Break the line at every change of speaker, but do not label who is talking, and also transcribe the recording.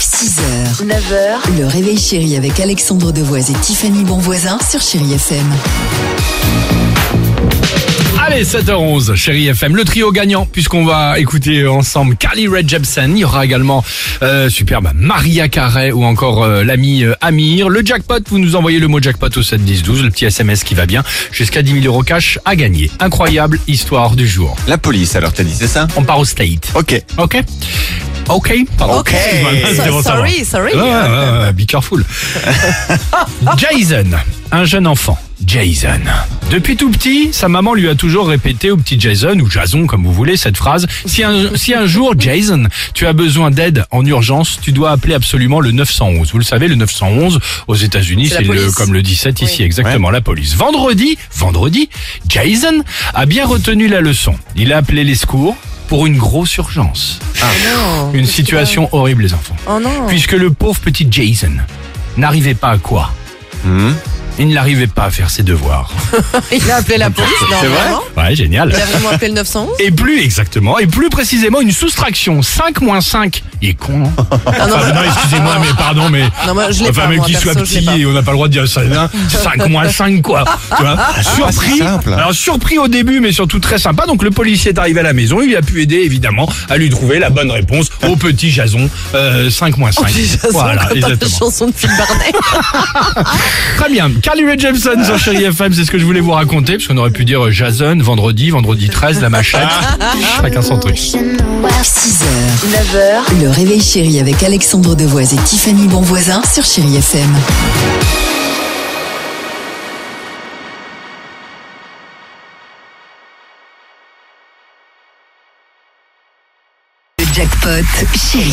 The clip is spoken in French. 6h, 9h, le réveil chéri avec Alexandre Devoise et Tiffany Bonvoisin sur Chérie FM.
Allez, 7h11, chérie FM, le trio gagnant, puisqu'on va écouter ensemble Carly Rae Jepsen. Il y aura également, euh, superbe, Maria Carey ou encore euh, l'ami euh, Amir. Le jackpot, vous nous envoyez le mot jackpot au 7 10 12, le petit SMS qui va bien, jusqu'à 10 000 euros cash à gagner. Incroyable histoire du jour.
La police, alors t'as dit, c'est ça
On part au state.
Ok.
Ok Ok Pardon.
Ok.
Excuse-moi, zéro savoir.
Sorry, sorry.
Ouais, ouais, ouais, ouais, be careful. Jason, un jeune enfant. Jason. Depuis tout petit, sa maman lui a toujours répété au petit Jason, ou Jason comme vous voulez, cette phrase. Si un, si un jour, Jason, tu as besoin d'aide en urgence, tu dois appeler absolument le 911. Vous le savez, le 911 aux États-Unis,
C'est la
c'est le,
police.
comme le 17 ici,
Oui.
exactement, la police. Vendredi, vendredi, Jason a bien retenu la leçon. Il a appelé les secours pour une grosse urgence.
Ah.
Ah.
Oh non.
Une situation horrible, les enfants
Oh non.
puisque le pauvre petit Jason n'arrivait pas à quoi
Hmm.
Il n'arrivait pas à faire ses devoirs.
Il a appelé la police, non
C'est vrai
vraiment
Ouais, génial.
Il a vraiment appelé le 911
Et plus exactement, et plus précisément, une soustraction. 5 moins 5. Il est con, hein
Ah non,
Ah, non, excusez-moi, mais pardon, mais...
Non, moi, je l'ai
enfin,
pas,
même
moi,
qu'il
perso,
soit
je l'ai
petit
pas.
et on n'a pas le droit de dire ça. hein. 5 moins 5, quoi. Tu vois
Ah,
Surpris.
c'est simple.
Alors, surpris au début, mais surtout très sympa. Donc, le policier est arrivé à la maison. Il a pu aider, évidemment, à lui trouver la bonne réponse au petit Jason. euh, 5 moins 5.
Jason,
voilà,
comme dans la
exactement.
chanson de Phil Barnet.
Très bien. Carly Rae Jepsen sur Chéri FM, c'est ce que je voulais vous raconter, parce qu'on aurait pu dire euh, Jason, vendredi, vendredi 13, la machette. Chacun son truc.
6h, 9h, le réveil chéri avec Alexandre Devoise et Tiffany Bonvoisin sur Chérie FM. Le jackpot Chérie